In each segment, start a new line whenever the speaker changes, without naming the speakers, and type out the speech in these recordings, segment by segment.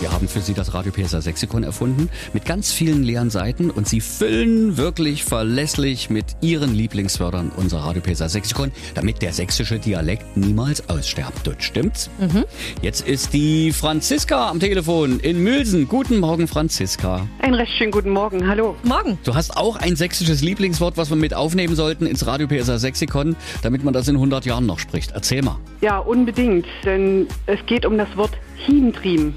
Wir haben für Sie das Radio PSA Sexikon erfunden mit ganz vielen leeren Seiten und Sie füllen wirklich verlässlich mit Ihren Lieblingswörtern unser Radio PSA Sexikon, damit der sächsische Dialekt niemals aussterbt. Dort stimmt's? Jetzt ist die Franziska am Telefon in Mülsen. Guten Morgen, Franziska.
Einen recht schönen guten Morgen. Hallo.
Morgen.
Du hast auch ein sächsisches Lieblingswort, was wir mit aufnehmen sollten ins Radio PSA Sexikon, damit man das in 100 Jahren noch spricht. Erzähl mal.
Ja, unbedingt, denn es geht um das Wort Hiemtrim.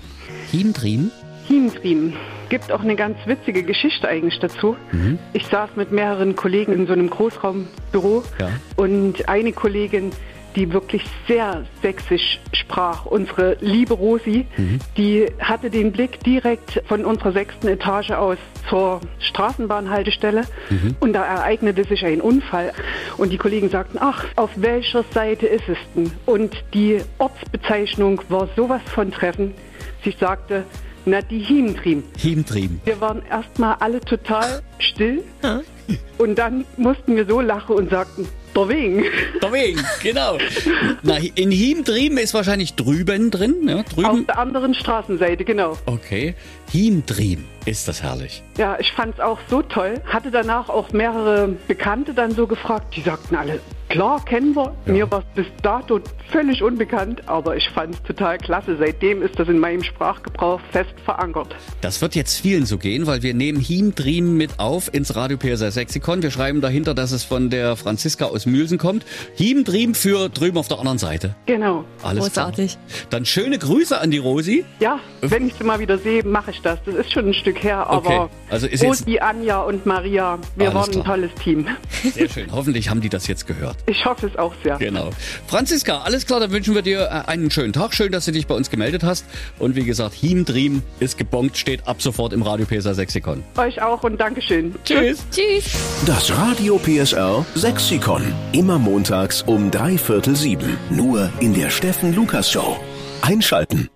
Hiemtrim?
Hiemtrim. Gibt auch eine ganz witzige Geschichte eigentlich dazu. Ich saß mit mehreren Kollegen in so einem Großraumbüro
Ja.
und eine Kollegin, die wirklich sehr sächsisch sprach, unsere liebe Rosi, die hatte den Blick direkt von unserer sechsten Etage aus zur Straßenbahnhaltestelle und da ereignete sich ein Unfall und die Kollegen sagten, ach, auf welcher Seite ist es denn? Und die Ortsbezeichnung war sowas von treffend. Sie sagte, na die Hiemtrim.
Hiemtrim.
Wir waren erstmal alle total still und dann mussten wir so lachen und sagten, der Wegen.
Deswegen, genau. Na, in Hiem drüben ist wahrscheinlich drüben drin, ne?
Auf
Drüben.
der anderen Straßenseite, genau.
Okay. Hiem drüben. Ist das herrlich.
Ja, ich fand's auch so toll. Hatte danach auch mehrere Bekannte dann so gefragt. Die sagten alle, klar, kennen wir. Mir war's bis dato völlig unbekannt, aber ich fand's total klasse. Seitdem ist das in meinem Sprachgebrauch fest verankert.
Das wird jetzt vielen so gehen, weil wir nehmen Hiem drüben mit auf ins Radio PSR Sexikon. Wir schreiben dahinter, dass es von der Franziska aus Mülsen kommt. Hiem drüben für drüben auf der anderen Seite.
Genau.
Alles klar.
Großartig.
Dann schöne Grüße an die Rosi.
Ja, wenn ich sie mal wieder sehe, mache ich das. Das ist schon ein Stück her, aber
Äh, Okay. Also ist jetzt-
Rosi, Anja und Maria, wir
Alles
waren ein
klar.
tolles Team.
Sehr schön. Hoffentlich haben die das jetzt gehört.
Ich hoffe es auch sehr.
Genau. Franziska, alles klar, dann wünschen wir dir äh, einen schönen Tag. Schön, dass du dich bei uns gemeldet hast. Und wie gesagt, Hiem Dream ist gebongt, steht ab sofort im Radio PSA Sexikon.
Euch auch und Dankeschön.
Tschüss.
Tschüss.
Das Radio PSR Sexikon. Immer montags um drei Viertel sieben. Nur in der Steffen Lukas Show. Einschalten.